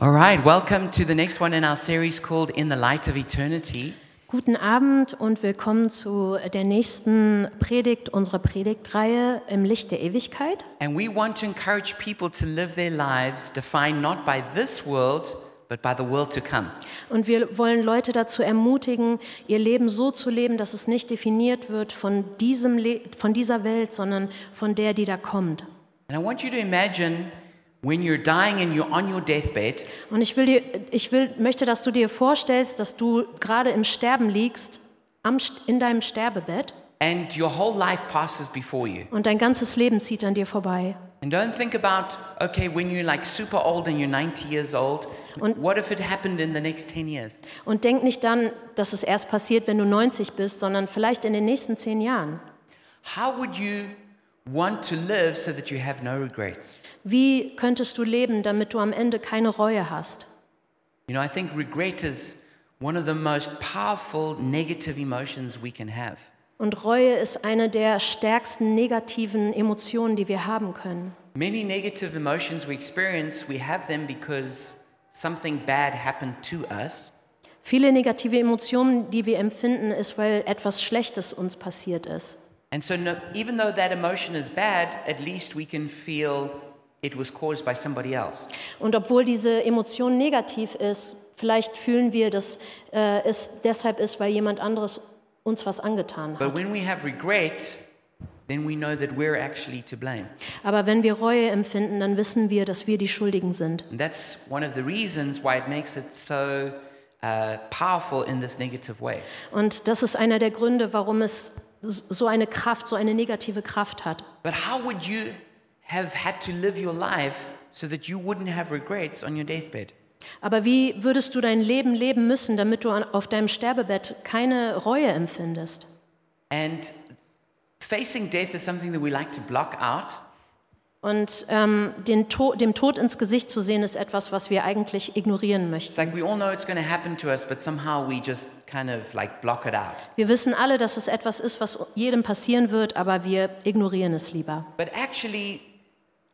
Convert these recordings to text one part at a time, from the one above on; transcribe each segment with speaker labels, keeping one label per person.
Speaker 1: All right, welcome to the next one in our series called In the Light of Eternity.
Speaker 2: Guten Abend und willkommen zu der nächsten Predigt unserer Predigtreihe im Licht der Ewigkeit.
Speaker 1: And we want to encourage people to live their lives defined not by this world, but by the world to come.
Speaker 2: Und wir wollen Leute dazu ermutigen, ihr Leben so zu leben, dass es nicht definiert wird von, diesem Le von dieser Welt, sondern von der, die da kommt.
Speaker 1: And I want you to imagine when you're dying and you're on your deathbed,
Speaker 2: Und ich, will dir, ich will, möchte, dass du dir vorstellst, dass du gerade im Sterben liegst, am, St- in deinem Sterbebett,
Speaker 1: and your whole life passes before you.
Speaker 2: und dein ganzes Leben zieht an dir vorbei.
Speaker 1: And don't think about, okay, when you're like super old and you're 90 years old,
Speaker 2: Und-
Speaker 1: what if it happened in the next 10 years?
Speaker 2: Und denk nicht dann, dass es erst passiert, wenn du 90 bist, sondern vielleicht in den nächsten zehn Jahren.
Speaker 1: How would you want to live so that you have no regrets?
Speaker 2: Wie könntest du leben, damit du am Ende keine Reue hast?
Speaker 1: You know, I think regret is one of the most powerful negative emotions we can have.
Speaker 2: Und Reue ist eine der stärksten negativen Emotionen, die wir haben können.
Speaker 1: Many negative emotions we experience, we have them because something bad happened to us.
Speaker 2: Viele negative Emotionen, die wir empfinden, ist, weil etwas Schlechtes uns passiert ist.
Speaker 1: And so, no, even though that emotion is bad, at least we can feel it was caused by somebody else.
Speaker 2: Und obwohl diese Emotion negativ ist, vielleicht fühlen wir, dass äh, es deshalb ist, weil jemand anderes uns was angetan hat.
Speaker 1: But when we have regret, then we know that we're actually to blame.
Speaker 2: Aber wenn wir Reue empfinden, dann wissen wir, dass wir die Schuldigen sind.
Speaker 1: And that's one of the reasons why it makes it so uh, powerful in this negative way.
Speaker 2: Und das ist einer der Gründe, warum es so eine Kraft, so eine negative Kraft hat.
Speaker 1: But how would you have had to live your life so that you wouldn't have regrets on your deathbed?
Speaker 2: Aber wie würdest du dein Leben leben müssen, damit du an- auf deinem Sterbebett keine Reue empfindest?
Speaker 1: And facing death is something that we like to block out.
Speaker 2: Und ähm, den to dem Tod ins Gesicht zu sehen, ist etwas, was wir eigentlich ignorieren
Speaker 1: It's
Speaker 2: möchten.
Speaker 1: like we all know it's going to happen to us, but somehow we just kind of like block it out.
Speaker 2: Wir wissen alle, dass es etwas ist, was jedem passieren wird, aber wir ignorieren es lieber.
Speaker 1: But actually,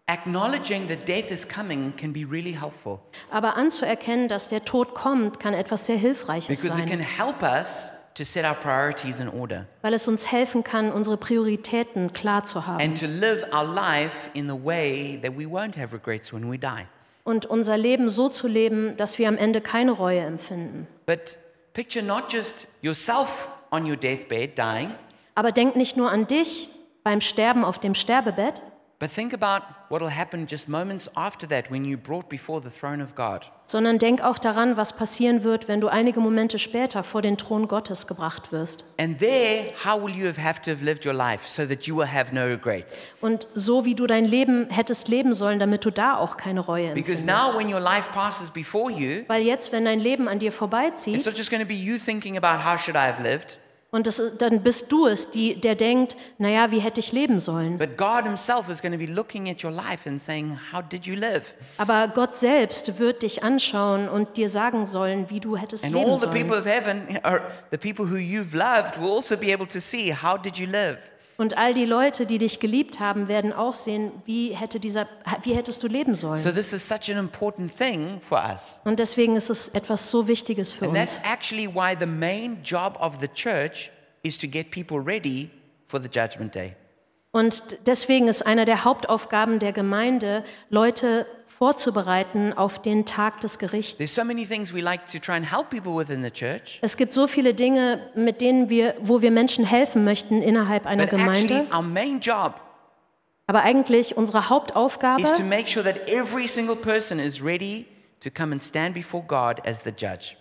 Speaker 1: acknowledging that death is coming can be really helpful
Speaker 2: Aber anzuerkennen, dass der Tod kommt, kann etwas sehr Hilfreiches
Speaker 1: because it
Speaker 2: sein,
Speaker 1: can help us to set our priorities in order
Speaker 2: weil es uns helfen kann, unsere Prioritäten klar zu haben
Speaker 1: and to live our life in the way that we won't have regrets when we die.
Speaker 2: und unser Leben so zu leben, dass wir am Ende keine Reue empfinden.
Speaker 1: But picture not just yourself on your deathbed dying,
Speaker 2: Aber denk nicht nur an dich beim Sterben auf dem Sterbebett,
Speaker 1: but think about what will happen just moments after that when you're brought before the throne of God.
Speaker 2: sondern denk auch daran, was passieren wird, wenn du einige Momente später vor den Thron Gottes gebracht wirst.
Speaker 1: And there, how will you have, have to have lived your life so that you will have no regrets?
Speaker 2: Und so wie du dein Leben hättest leben sollen, damit du da auch keine Reue
Speaker 1: Because
Speaker 2: empfindest.
Speaker 1: now, when your life passes before you,
Speaker 2: Weil jetzt, wenn dein Leben an dir
Speaker 1: it's
Speaker 2: vorbeizieht,
Speaker 1: not just going to be you thinking about how should I have lived,
Speaker 2: und das ist, dann bist du es, die, der denkt, naja, wie hätte ich leben sollen?
Speaker 1: but God Himself is going to be looking at your life and saying, How did you live?
Speaker 2: Aber Gott selbst wird dich anschauen und dir sagen sollen, wie du hättest
Speaker 1: And all
Speaker 2: leben
Speaker 1: the people
Speaker 2: sollen.
Speaker 1: of heaven, or the people who you've loved, will also be able to see, How did you live?
Speaker 2: Und all die Leute, die dich geliebt haben, werden auch sehen, wie, hätte dieser, wie hättest du leben sollen.
Speaker 1: So, this is such an important thing for us.
Speaker 2: Und deswegen ist es etwas so Wichtiges für
Speaker 1: And that's
Speaker 2: uns.
Speaker 1: actually why the main job of the church is to get people ready for the judgment day.
Speaker 2: Und d- deswegen ist einer der Hauptaufgaben der Gemeinde, Leute vorzubereiten auf den Tag des Gerichts.
Speaker 1: There's so many things we like to try and help people with in the church,
Speaker 2: Es gibt so viele Dinge, mit denen wir, wo wir Menschen helfen möchten innerhalb einer
Speaker 1: but
Speaker 2: Gemeinde.
Speaker 1: actually um- our main job
Speaker 2: Aber eigentlich unsere Hauptaufgabe
Speaker 1: is to make sure that every single person is ready to come and stand before God as the judge.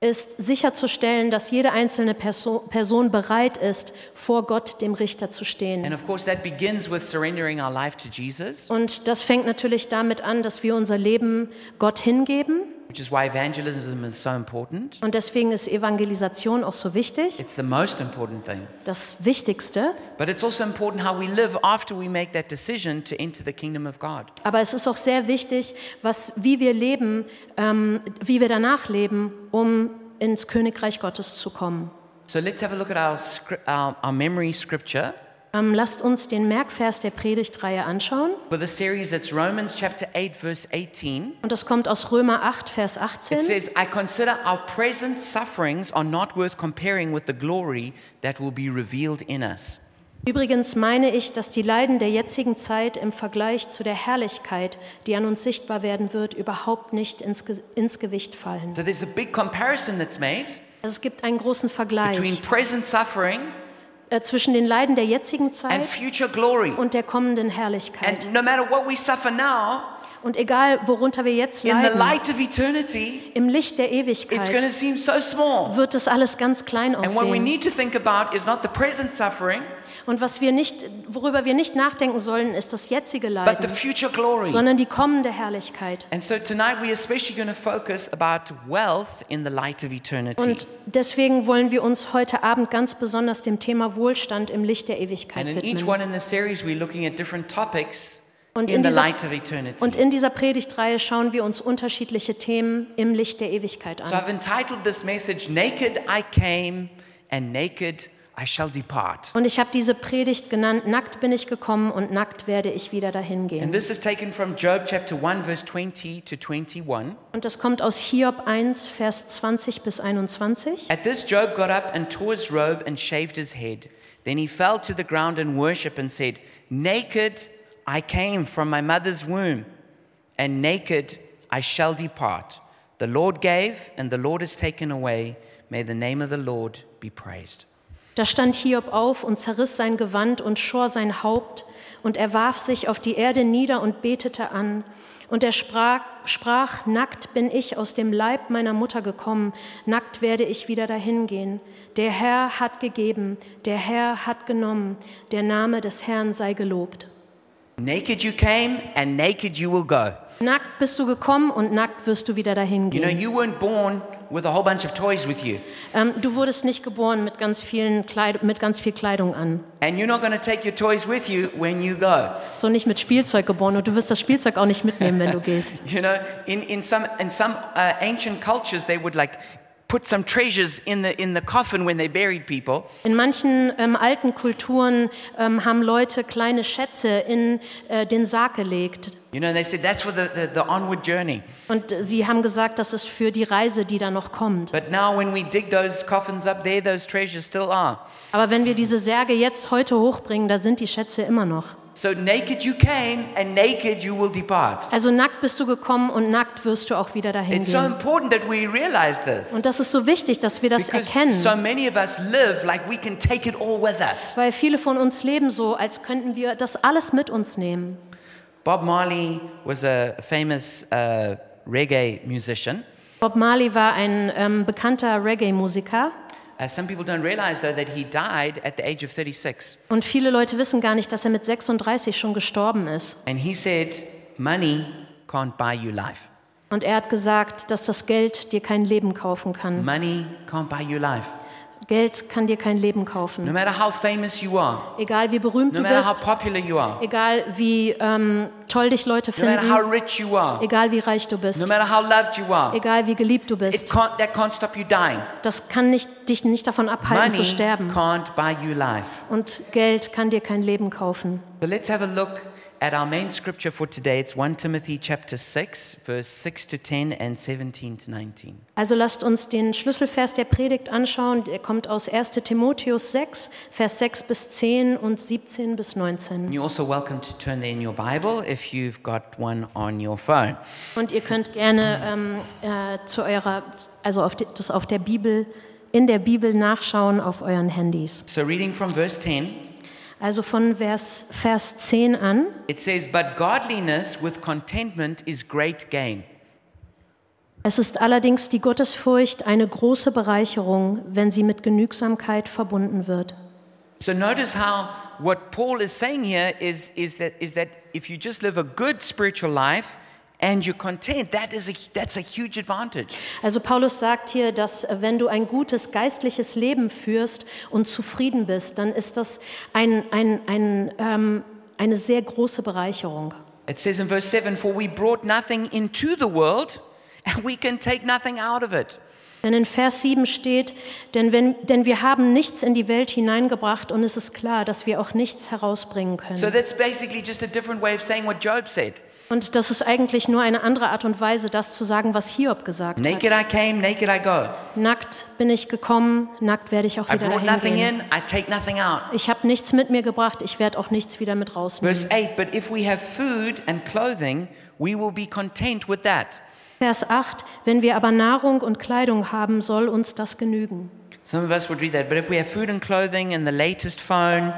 Speaker 2: ist sicherzustellen, dass jede einzelne Perso Person bereit ist, vor Gott, dem Richter, zu
Speaker 1: And
Speaker 2: stehen.
Speaker 1: of course that begins with surrendering our life to Jesus,
Speaker 2: Und das fängt natürlich damit an, dass wir unser Leben Gott hingeben.
Speaker 1: which is why evangelism is so important.
Speaker 2: Und deswegen ist Evangelisation auch so wichtig,
Speaker 1: It's the most important thing.
Speaker 2: das Wichtigste.
Speaker 1: But it's also important how we live after we make that decision to enter the kingdom of God.
Speaker 2: Aber es ist auch sehr wichtig, was, wie wir leben, ähm, wie wir danach leben, um ins Königreich Gottes zu kommen.
Speaker 1: So let's have a look at our, scr- our, our memory scripture
Speaker 2: Ähm, lasst uns den Merkvers der Predigtreihe anschauen.
Speaker 1: For the series, it's Romans chapter 8, verse 18.
Speaker 2: Und das kommt aus Römer 8, Vers
Speaker 1: It
Speaker 2: 18.
Speaker 1: says, I consider our present sufferings are not worth comparing with the glory that will be revealed in us.
Speaker 2: Übrigens meine ich, dass die Leiden der jetzigen Zeit im Vergleich zu der Herrlichkeit, die an uns sichtbar werden wird, überhaupt nicht ins, Ge ins Gewicht fallen.
Speaker 1: So there's a big comparison that's made
Speaker 2: Also es gibt einen großen
Speaker 1: between
Speaker 2: Vergleich
Speaker 1: present suffering
Speaker 2: äh, zwischen den Leiden der jetzigen
Speaker 1: and
Speaker 2: Zeit
Speaker 1: future glory.
Speaker 2: und der kommenden Herrlichkeit.
Speaker 1: And no matter what we suffer now,
Speaker 2: Und egal, worunter wir jetzt
Speaker 1: in the
Speaker 2: leiden,
Speaker 1: light of eternity,
Speaker 2: im Licht der
Speaker 1: it's going
Speaker 2: Ewigkeit
Speaker 1: to seem so small.
Speaker 2: wird es alles ganz klein
Speaker 1: And what we
Speaker 2: aussehen.
Speaker 1: need to think about is not the present suffering,
Speaker 2: Und was wir nicht, worüber wir nicht nachdenken sollen, ist das jetzige
Speaker 1: but the
Speaker 2: Leiden,
Speaker 1: future glory.
Speaker 2: sondern die kommende Herrlichkeit.
Speaker 1: And so tonight we're especially going to focus about wealth in the light of eternity.
Speaker 2: Und deswegen wollen wir uns heute Abend ganz besonders dem Thema Wohlstand im Licht der Ewigkeit
Speaker 1: And in each
Speaker 2: widmen.
Speaker 1: one in the series, we're looking at different topics
Speaker 2: Und
Speaker 1: in
Speaker 2: in
Speaker 1: the
Speaker 2: dieser-
Speaker 1: light of eternity.
Speaker 2: Und in dieser Predigtreihe schauen wir uns unterschiedliche Themen im Licht der Ewigkeit
Speaker 1: So
Speaker 2: an.
Speaker 1: I've entitled this message, Naked I Came and Naked I Shall Depart.
Speaker 2: Und ich habe diese Predigt genannt, nackt bin ich gekommen und nackt werde ich wieder dahin
Speaker 1: And
Speaker 2: gehen.
Speaker 1: this is taken from Job chapter 1, verse 20 to 21.
Speaker 2: Und das kommt aus Hiob 1, Vers 20 bis 21.
Speaker 1: At this, Job got up and tore his robe and shaved his head. Then he fell to the ground in worship and said, Naked I came from my mother's womb, and naked I shall depart. The Lord gave, and the Lord has taken away. May the name of the Lord be praised.
Speaker 2: Da stand Hiob auf und zerriss sein Gewand und schor sein Haupt, und er warf sich auf die Erde nieder und betete an. Und er sprach, sprach, nackt bin ich aus dem Leib meiner Mutter gekommen, nackt werde ich wieder dahin gehen. Der Herr hat gegeben, der Herr hat genommen, der Name des Herrn sei gelobt.
Speaker 1: Naked you came, and naked you will go.
Speaker 2: Nackt bist du gekommen und nackt wirst du wieder dahin
Speaker 1: You know,
Speaker 2: gehen.
Speaker 1: you weren't born with a whole bunch of toys with you,
Speaker 2: Ähm, du wurdest nicht geboren mit ganz, vielen Kleid mit ganz viel Kleidung an.
Speaker 1: and you're not going to take your toys with you when you go.
Speaker 2: So nicht mit Spielzeug geboren und du wirst das Spielzeug auch nicht mitnehmen, wenn du gehst.
Speaker 1: You know, in, in some, in some uh, ancient cultures, they would like put some treasures in the, in the coffin when they buried people.
Speaker 2: In manchen ähm, alten Kulturen ähm, haben Leute kleine Schätze in äh, den Sarg gelegt.
Speaker 1: You know, and they said that's for the, the, the onward journey.
Speaker 2: Und sie haben gesagt, das ist für die Reise, die da noch kommt.
Speaker 1: But now, when we dig those coffins up, there those treasures still are.
Speaker 2: Aber wenn wir diese Särge jetzt heute hochbringen, da sind die Schätze immer noch.
Speaker 1: So, naked you came, and naked you will depart.
Speaker 2: Also nackt bist du gekommen und nackt wirst du auch wieder dahin
Speaker 1: It's so
Speaker 2: gehen.
Speaker 1: important that we realize this.
Speaker 2: Und das ist so wichtig, dass wir das
Speaker 1: Because
Speaker 2: erkennen.
Speaker 1: so many of us live like we can take it all with us.
Speaker 2: Weil viele von uns leben so, als könnten wir das alles mit uns nehmen.
Speaker 1: Bob Marley was a famous uh, reggae musician.
Speaker 2: Bob Marley war ein ähm, bekannter Reggae-Musiker.
Speaker 1: Uh, some people don't realize, though, that he died at the age of 36.
Speaker 2: Und viele Leute wissen gar nicht, dass er mit 36 schon gestorben ist.
Speaker 1: And he said, Money can't buy you life.
Speaker 2: Und er hat gesagt, dass das Geld dir kein Leben kaufen kann.
Speaker 1: Money can't buy you life.
Speaker 2: Geld kann dir kein Leben
Speaker 1: No
Speaker 2: kaufen.
Speaker 1: matter how famous you are,
Speaker 2: Egal wie berühmt
Speaker 1: no
Speaker 2: du
Speaker 1: matter how
Speaker 2: bist,
Speaker 1: popular you are,
Speaker 2: egal wie ähm, toll dich Leute
Speaker 1: no matter how
Speaker 2: finden,
Speaker 1: rich you are,
Speaker 2: egal wie reich du bist,
Speaker 1: no matter how loved you are,
Speaker 2: egal wie geliebt du
Speaker 1: it
Speaker 2: bist,
Speaker 1: can't, that can't stop you dying.
Speaker 2: das kann nicht, dich nicht davon abhalten zu
Speaker 1: Money
Speaker 2: sterben.
Speaker 1: can't buy you life.
Speaker 2: Und Geld kann dir kein Leben kaufen.
Speaker 1: So let's have a look at our main scripture for today. It's 1 Timothy chapter 6, verse 6 to 10 and 17 to 19.
Speaker 2: Also lasst uns den Schlüsselvers der Predigt anschauen. Der kommt aus 1 Timotheus 6, Vers 6 bis 10 und 17 bis 19.
Speaker 1: You're also welcome to turn there in your Bible if you've got one on your phone.
Speaker 2: Und ihr könnt gerne ähm, äh, zu eurer, also auf die, das auf der Bibel, in der Bibel nachschauen auf euren Handys.
Speaker 1: So, reading from verse 10,
Speaker 2: Also von Vers, Vers 10 an.
Speaker 1: it says, But godliness with contentment is great gain.
Speaker 2: Es ist allerdings die Gottesfurcht eine große Bereicherung, wenn sie mit Genügsamkeit verbunden wird.
Speaker 1: So, notice how what Paul is saying here is, is, that, is that if you just live a good spiritual life, and you're content. That is a, that's a huge advantage.
Speaker 2: Also Paulus sagt hier, dass äh, wenn du ein gutes geistliches Leben führst und zufrieden bist, dann ist das ein, ein, ein, ähm, eine sehr große Bereicherung.
Speaker 1: It says in verse 7 For we brought nothing into the world, and we can take nothing out of it.
Speaker 2: Denn in Vers 7 steht, denn, wenn, denn wir haben nichts in die Welt hineingebracht und es ist klar, dass wir auch nichts herausbringen
Speaker 1: So
Speaker 2: können.
Speaker 1: that's basically just a different way of saying what Job said.
Speaker 2: Und das ist eigentlich nur eine andere Art und Weise, das zu sagen, was Hiob gesagt hat.
Speaker 1: Naked I came, naked I go.
Speaker 2: Nackt bin ich gekommen, nackt werde ich auch
Speaker 1: I
Speaker 2: wieder
Speaker 1: brought
Speaker 2: dahin
Speaker 1: nothing
Speaker 2: gehen.
Speaker 1: in, I take nothing out.
Speaker 2: Ich habe nichts mit mir gebracht, ich werde auch nichts wieder mit rausnehmen.
Speaker 1: Verse 8 But if we have food and clothing, we will be content with that.
Speaker 2: Vers 8, wenn wir aber Nahrung und Kleidung haben, soll uns das genügen.
Speaker 1: Some of us would read that, but if we have food and clothing and the latest phone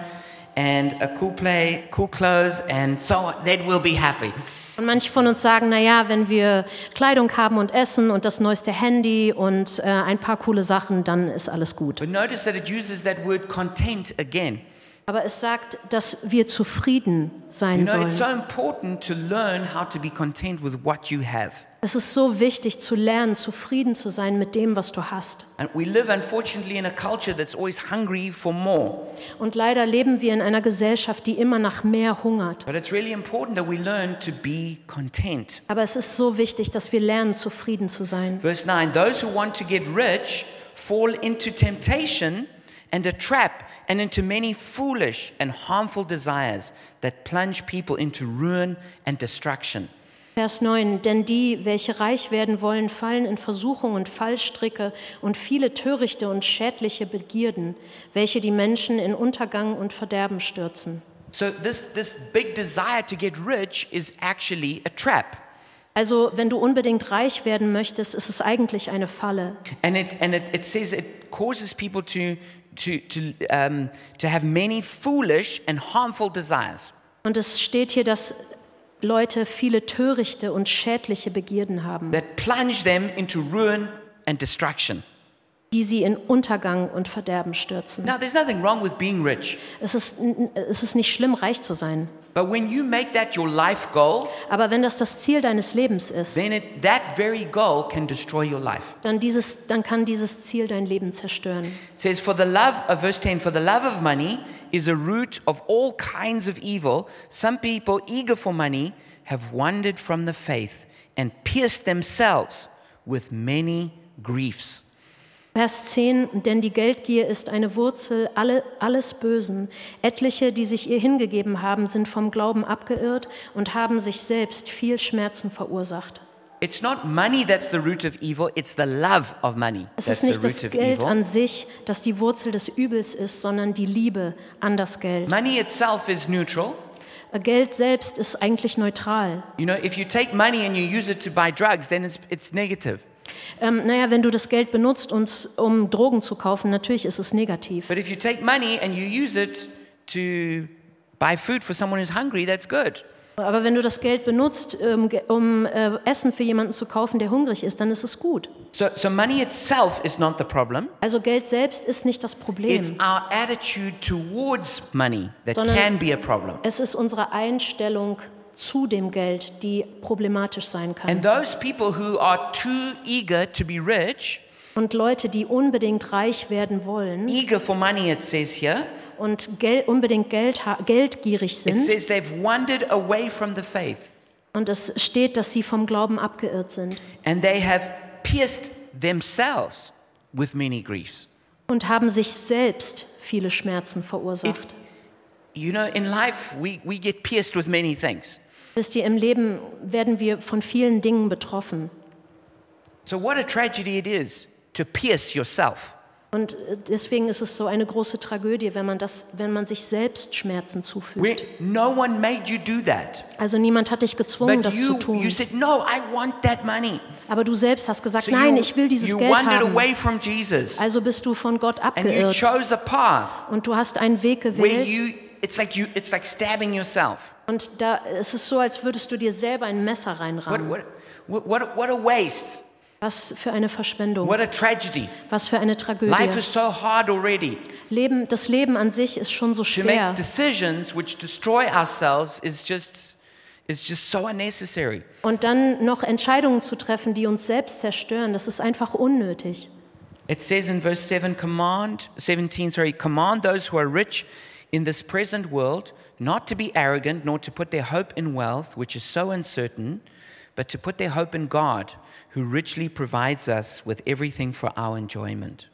Speaker 1: and a cool play, cool clothes and so on, then we'll be happy.
Speaker 2: Und manche von uns sagen, na ja, wenn wir Kleidung haben und Essen und das neueste Handy und äh, ein paar coole Sachen, dann ist alles gut.
Speaker 1: But notice that it uses that word content again.
Speaker 2: Aber es sagt, dass wir zufrieden
Speaker 1: You
Speaker 2: sein
Speaker 1: know,
Speaker 2: sollen.
Speaker 1: it's so important to learn how to be content with what you have.
Speaker 2: Es ist so wichtig zu lernen, zufrieden zu sein mit dem, was du hast.
Speaker 1: And we live, unfortunately, in a culture that's always hungry for more.
Speaker 2: Und leider leben wir in einer Gesellschaft, die immer nach mehr hungert.
Speaker 1: But it's really important that we learn to be content.
Speaker 2: Aber es ist so wichtig, dass wir lernen, zufrieden zu sein.
Speaker 1: Verse 9 Those who want to get rich fall into temptation and a trap and into many foolish and harmful desires that plunge people into ruin and destruction.
Speaker 2: Vers 9, denn die, welche reich werden wollen, fallen in Versuchung und Fallstricke und viele törichte und schädliche Begierden, welche die Menschen in Untergang und Verderben stürzen.
Speaker 1: So, this, this big desire to get rich is actually a trap.
Speaker 2: Also wenn du unbedingt reich werden möchtest, ist es eigentlich eine Falle.
Speaker 1: And it, and it, it says it causes people to, to, to, um, to have many foolish and harmful desires.
Speaker 2: Und es steht hier, dass Leute viele törichte und schädliche Begierden haben,
Speaker 1: that plunge them into ruin and destruction.
Speaker 2: die sie in Untergang und Verderben stürzen.
Speaker 1: Now, there's nothing wrong with being rich,
Speaker 2: Es ist, es ist nicht schlimm, reich zu sein.
Speaker 1: but when you make that your life goal,
Speaker 2: Aber wenn das das Ziel deines Lebens ist,
Speaker 1: then it, that very goal can destroy your life.
Speaker 2: dann, dieses, dann kann dieses Ziel dein Leben zerstören.
Speaker 1: It says, For the love of verse 10, for the love of money is a root of all kinds of evil. Some people eager for money have wandered from the faith and pierced themselves with many griefs.
Speaker 2: Vers 10, denn die Geldgier ist eine Wurzel alle, alles Bösen. Etliche, die sich ihr hingegeben haben, sind vom Glauben abgeirrt und haben sich selbst viel Schmerzen verursacht.
Speaker 1: It's not money that's the root of evil, it's the love of money.
Speaker 2: Es
Speaker 1: that's
Speaker 2: ist nicht das Geld an sich, das die Wurzel des Übels ist, sondern die Liebe an das Geld. Äh,
Speaker 1: Money itself is neutral.
Speaker 2: Geld selbst ist eigentlich neutral.
Speaker 1: You know, if you take money and you use it to buy drugs, then it's, it's negative.
Speaker 2: Ähm, naja, wenn du das Geld benutzt, uns, um Drogen zu kaufen, natürlich ist es negativ.
Speaker 1: But if you take money and you use it to buy food for someone who's hungry, that's good.
Speaker 2: Aber wenn du das Geld benutzt, ähm, ge- um äh, Essen für jemanden zu kaufen, der hungrig ist, dann ist es gut.
Speaker 1: So, so money itself is not the problem.
Speaker 2: Also Geld selbst ist nicht das
Speaker 1: It's
Speaker 2: Problem,
Speaker 1: our attitude towards money that
Speaker 2: Sondern-
Speaker 1: can be a problem.
Speaker 2: es ist unsere Einstellung zu dem Geld, die problematisch sein
Speaker 1: And
Speaker 2: kann.
Speaker 1: those people who are too eager to be rich,
Speaker 2: Und Leute, die unbedingt reich werden wollen
Speaker 1: eager for money, it says here,
Speaker 2: und gel unbedingt Geld ha- geldgierig
Speaker 1: it
Speaker 2: sind,
Speaker 1: says they've wandered away from the faith
Speaker 2: und es steht, dass sie vom Glauben abgeirrt sind
Speaker 1: and they have pierced themselves with many griefs.
Speaker 2: und haben sich selbst viele Schmerzen verursacht.
Speaker 1: You know, in life, we, we get pierced with many things.
Speaker 2: Wisst ihr, im Leben werden wir von vielen Dingen betroffen.
Speaker 1: So, what a tragedy it is to pierce yourself.
Speaker 2: Und äh, deswegen ist es so eine große Tragödie, wenn man, das, wenn man sich selbst Schmerzen
Speaker 1: Where
Speaker 2: zufügt.
Speaker 1: no one made you do that.
Speaker 2: Also niemand hat dich gezwungen,
Speaker 1: But
Speaker 2: das zu
Speaker 1: you, you
Speaker 2: tun.
Speaker 1: said, No, I want that money.
Speaker 2: Aber du selbst hast gesagt,
Speaker 1: So
Speaker 2: nein,
Speaker 1: you,
Speaker 2: ich will dieses
Speaker 1: you
Speaker 2: Geld
Speaker 1: wandered
Speaker 2: haben.
Speaker 1: away from Jesus
Speaker 2: Also bist du von Gott
Speaker 1: and you
Speaker 2: abgeirrt
Speaker 1: chose a path
Speaker 2: und du hast einen Weg
Speaker 1: where
Speaker 2: gewählt.
Speaker 1: you it's like you it's like stabbing yourself.
Speaker 2: Und da es ist so, als würdest du dir selber ein Messer
Speaker 1: What
Speaker 2: reinrahmen.
Speaker 1: what what what, what a waste.
Speaker 2: Was für eine Verschwendung,
Speaker 1: What a tragedy.
Speaker 2: was für eine Tragödie.
Speaker 1: Life is so hard already.
Speaker 2: Leben, das Leben an sich ist schon so
Speaker 1: To make
Speaker 2: schwer.
Speaker 1: decisions which destroy ourselves is just is just so unnecessary.
Speaker 2: Und dann noch Entscheidungen zu treffen, die uns selbst zerstören, das ist einfach unnötig.
Speaker 1: It says in verse 7 command 17 sorry command those who are rich in this present world not to be arrogant nor to put their hope in wealth which is so uncertain but to put their hope in God, who richly provides us with everything for our enjoyment.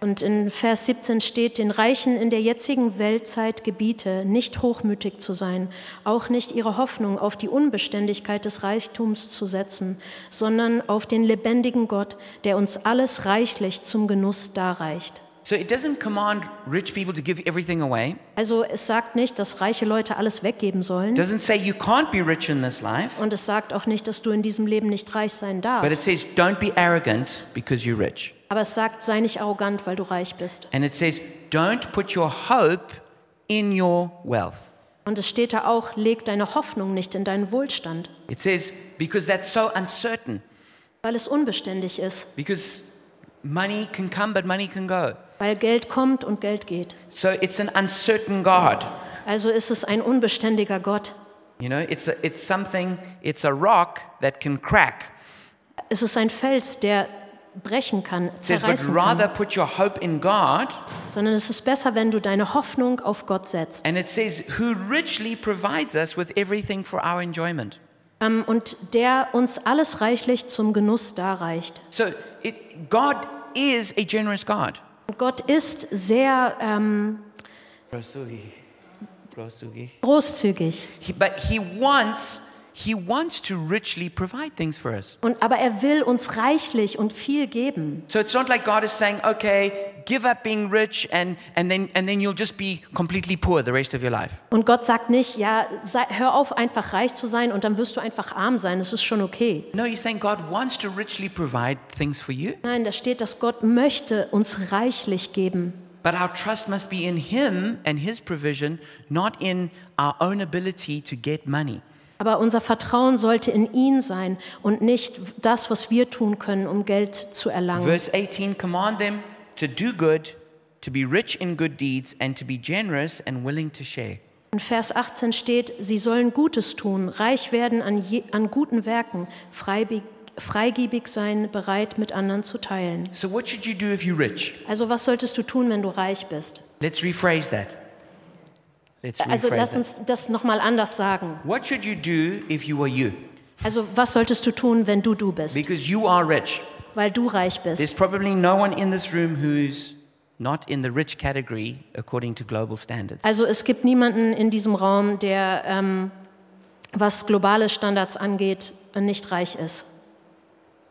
Speaker 2: Und in Vers 17 steht, den Reichen in der jetzigen Weltzeit gebiete, nicht hochmütig zu sein, auch nicht ihre Hoffnung auf die Unbeständigkeit des Reichtums zu setzen, sondern auf den lebendigen Gott, der uns alles reichlich zum Genuss darreicht.
Speaker 1: So it doesn't command rich people to give everything away.
Speaker 2: Also es sagt nicht, dass reiche Leute alles weggeben
Speaker 1: It
Speaker 2: sollen.
Speaker 1: doesn't say you can't be rich in this life,
Speaker 2: Und es sagt auch nicht, dass du in diesem Leben nicht reich
Speaker 1: but
Speaker 2: sein
Speaker 1: it
Speaker 2: darfst.
Speaker 1: says don't be arrogant because you're rich.
Speaker 2: Aber es sagt, sei nicht arrogant, weil du reich bist.
Speaker 1: And it says don't put your hope in your wealth.
Speaker 2: Und es steht da auch, leg deine Hoffnung nicht in deinen Wohlstand,
Speaker 1: It says because that's so uncertain,
Speaker 2: weil es unbeständig ist,
Speaker 1: because money can come but money can go.
Speaker 2: weil Geld kommt und Geld geht.
Speaker 1: So it's an uncertain God.
Speaker 2: Also ist es ein unbeständiger Gott.
Speaker 1: You know, it's, a, it's something, it's a rock that can crack.
Speaker 2: Es ist ein Fels, der brechen kann,
Speaker 1: It says, but
Speaker 2: zerreißen
Speaker 1: rather
Speaker 2: kann.
Speaker 1: put your hope in God.
Speaker 2: Sondern es ist besser, wenn du deine Hoffnung auf Gott setzt.
Speaker 1: And it says, who richly provides us with everything for our enjoyment.
Speaker 2: Ähm, Und der uns alles reichlich zum Genuss darreicht.
Speaker 1: So it, God is a generous God.
Speaker 2: Und Gott ist sehr ähm,
Speaker 1: Großzügig. Großzügig.
Speaker 2: großzügig.
Speaker 1: He, but he wants, he wants to richly provide things for us.
Speaker 2: Und, aber er will uns reichlich und viel geben.
Speaker 1: So it's not like God is saying, okay, give up being rich and, and, then, and then you'll just be completely poor the rest of your life.
Speaker 2: Und Gott sagt nicht, ja, sei, hör auf, einfach reich zu sein und dann wirst du einfach arm sein. Es ist schon okay.
Speaker 1: No, you're saying God wants to richly provide things for you,
Speaker 2: Nein, da steht, dass Gott möchte uns reichlich geben.
Speaker 1: but our trust must be in Him and His provision, not in our own ability to get money.
Speaker 2: Aber unser Vertrauen sollte in ihn sein und nicht das, was wir tun können, um Geld zu erlangen.
Speaker 1: Verse 18 command them to do good, to be rich in good deeds, and to be generous and willing to share.
Speaker 2: In Vers 18 steht, sie sollen Gutes tun, reich werden an, je, an guten Werken, freibig, freigebig sein, bereit mit anderen zu teilen.
Speaker 1: So, what should you do if you're rich?
Speaker 2: Also was solltest du tun, wenn du reich bist?
Speaker 1: Let's rephrase that. Let's
Speaker 2: Also
Speaker 1: rephrase
Speaker 2: lass
Speaker 1: that.
Speaker 2: uns das nochmal anders sagen.
Speaker 1: What should you do if you were you?
Speaker 2: Also was solltest du tun, wenn du du bist,
Speaker 1: Because you are rich.
Speaker 2: weil du reich bist?
Speaker 1: There's probably no one in this room who's not in the rich category according to global standards.
Speaker 2: Also es gibt niemanden in diesem Raum, der, ähm, was globale Standards angeht, nicht reich ist.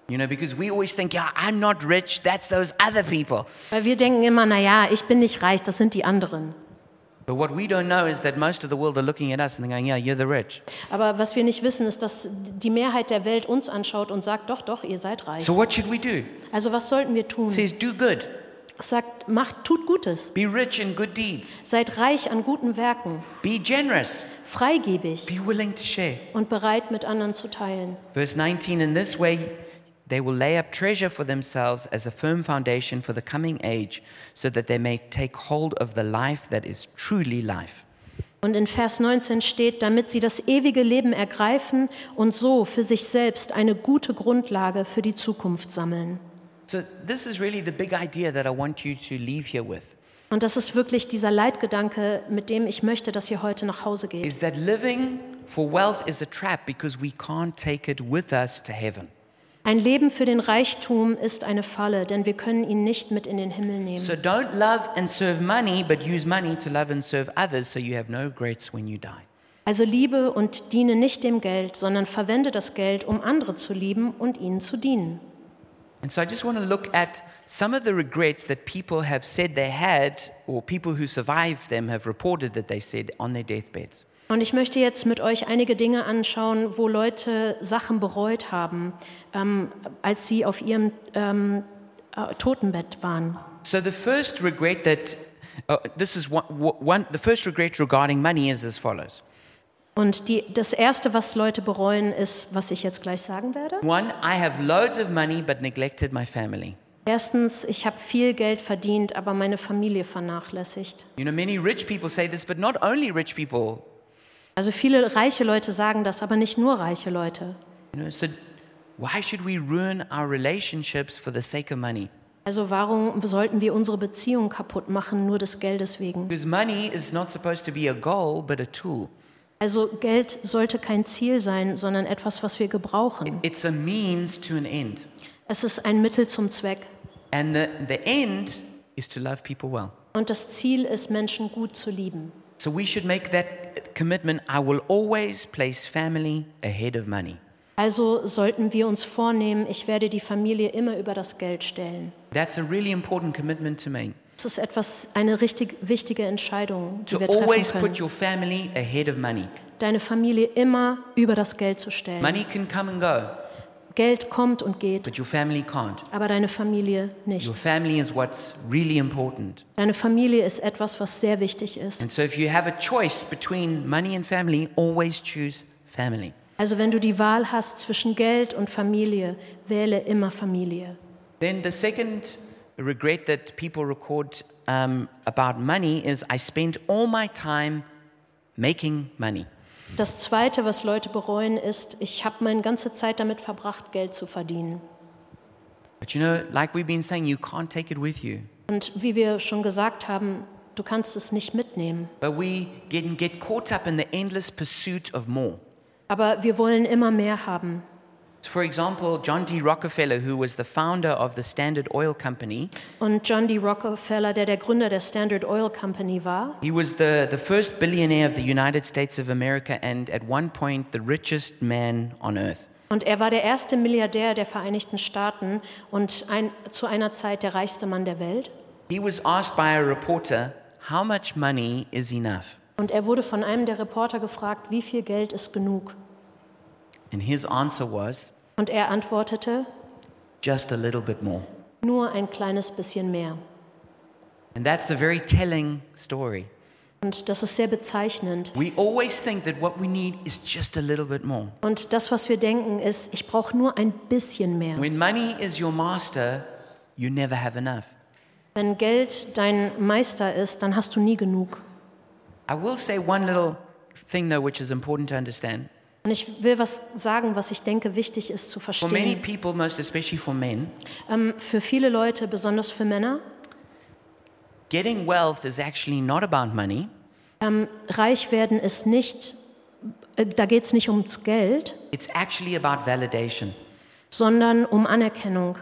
Speaker 1: You know, because we always think, yeah, I'm not rich, that's those other people.
Speaker 2: Weil wir denken immer, na ja, ich bin nicht reich, das sind die anderen.
Speaker 1: But what we don't know is that most of the world are looking at us and they're going, yeah, you're the rich.
Speaker 2: Aber was wir nicht wissen, ist, dass die Mehrheit der Welt uns anschaut und sagt, doch, doch, ihr seid reich.
Speaker 1: So what should we do?
Speaker 2: Also was sollten wir
Speaker 1: It
Speaker 2: tun?
Speaker 1: says, do good,
Speaker 2: Sagt, macht, tut Gutes.
Speaker 1: be rich in good deeds,
Speaker 2: Seid reich an guten Werken,
Speaker 1: be generous,
Speaker 2: freigebig
Speaker 1: be willing to share.
Speaker 2: und bereit, mit anderen zu teilen.
Speaker 1: Verse 19, in this way, they will lay up treasure for themselves as a firm foundation for the coming age, so that they may take hold of the life that is truly life.
Speaker 2: Und in Vers 19 steht, damit sie das ewige Leben ergreifen und so für sich selbst eine gute Grundlage für die Zukunft sammeln.
Speaker 1: So, this is really the big idea that I want you to leave here with
Speaker 2: Und das ist wirklich dieser Leitgedanke, mit dem ich möchte, dass ihr heute nach Hause geht.
Speaker 1: is that living for wealth is a trap because we can't take it with us to heaven.
Speaker 2: Ein Leben für den Reichtum ist eine Falle, denn wir können ihn nicht mit in den Himmel nehmen.
Speaker 1: So don't love and serve money, but use money to love and serve others so you have no regrets when you die.
Speaker 2: Also liebe und diene nicht dem Geld, sondern verwende das Geld, um andere zu lieben und ihnen zu dienen.
Speaker 1: And so I just want to look at some of the regrets that people have said they had, or people who survived them have reported that they said on their deathbeds.
Speaker 2: Und ich möchte jetzt mit euch einige Dinge anschauen, wo Leute Sachen bereut haben, ähm, als sie auf ihrem ähm, äh, Totenbett waren.
Speaker 1: So the first regret that uh, this is one, one, the first regret regarding money is as follows.
Speaker 2: Und die, das Erste, was Leute bereuen, ist, was ich jetzt gleich sagen werde.
Speaker 1: One, I have loads of money but neglected my family.
Speaker 2: Erstens, ich habe viel Geld verdient, aber meine Familie vernachlässigt.
Speaker 1: You know, many rich people say this, but not only rich people.
Speaker 2: Also viele reiche Leute sagen das, aber nicht nur reiche Leute.
Speaker 1: You know, so why should we ruin our relationships for the sake of money?
Speaker 2: Also warum sollten wir unsere Beziehung kaputt machen, nur des Geldes wegen?
Speaker 1: Because money is not supposed to be a goal but a tool.
Speaker 2: Also Geld sollte kein Ziel sein, sondern etwas, was wir gebrauchen.
Speaker 1: It's a means to an end.
Speaker 2: Es ist ein Mittel zum Zweck.
Speaker 1: And the, the end is to love people well.
Speaker 2: Und das Ziel ist, Menschen gut zu lieben.
Speaker 1: So we should make that commitment I will always place family ahead of money.
Speaker 2: Also sollten wir uns vornehmen, ich werde die Familie immer über das Geld stellen.
Speaker 1: That's a really important commitment to make.
Speaker 2: Es ist etwas, eine richtig wichtige Entscheidung, die
Speaker 1: To
Speaker 2: wir
Speaker 1: always
Speaker 2: treffen
Speaker 1: put
Speaker 2: können.
Speaker 1: your family ahead of money.
Speaker 2: Deine Familie immer über das Geld zu stellen.
Speaker 1: Money can come and go,
Speaker 2: Geld kommt und geht,
Speaker 1: but your family can't.
Speaker 2: aber deine Familie
Speaker 1: Your
Speaker 2: nicht.
Speaker 1: family is what's really important.
Speaker 2: Deine Familie ist etwas, was sehr wichtig ist.
Speaker 1: And so if you have a choice between money and family, always choose family.
Speaker 2: Also wenn du die Wahl hast zwischen Geld und Familie, wähle immer Familie.
Speaker 1: Then the second regret that people record um, about money is I spend all my time making money.
Speaker 2: Das Zweite, was Leute bereuen, ist, ich habe meine ganze Zeit damit verbracht, Geld zu verdienen.
Speaker 1: But you know, like we've been saying, you can't take it with you.
Speaker 2: Und wie wir schon gesagt haben, du kannst es nicht mitnehmen.
Speaker 1: But we get, get caught up in the endless pursuit of more.
Speaker 2: Aber wir wollen immer mehr haben.
Speaker 1: For example, John D. Rockefeller, who was the founder of the Standard Oil Company,
Speaker 2: Und John D. Rockefeller, der der Gründer der Standard Oil Company war,
Speaker 1: he was the, the first billionaire of the United States of America and at one point the richest man on earth.
Speaker 2: und er war der erste Milliardär der Vereinigten Staaten und ein, zu einer Zeit der reichste Mann der Welt.
Speaker 1: He was asked by a reporter, How much money is enough?
Speaker 2: Und er wurde von einem der Reporter gefragt, wie viel Geld ist genug?
Speaker 1: And his answer was,
Speaker 2: Und er antwortete,
Speaker 1: Just a little bit more.
Speaker 2: nur ein kleines bisschen mehr.
Speaker 1: And that's a very telling story.
Speaker 2: Und das ist sehr bezeichnend.
Speaker 1: We always think that what we need is just a little bit more.
Speaker 2: Und das, was wir denken, ist, ich brauche nur ein bisschen mehr.
Speaker 1: When money is your master, you never have enough.
Speaker 2: Wenn Geld dein Meister ist, dann hast du nie genug.
Speaker 1: I will say one little thing though, which is important to understand.
Speaker 2: Und ich will was sagen, was ich denke, wichtig ist zu
Speaker 1: For many
Speaker 2: verstehen.
Speaker 1: people, most especially for men,
Speaker 2: Ähm, für viele Leute, besonders für Männer,
Speaker 1: getting wealth is actually not about money,
Speaker 2: reich werden ist nicht, äh, da geht es nicht ums Geld,
Speaker 1: it's actually about validation.
Speaker 2: sondern um Anerkennung.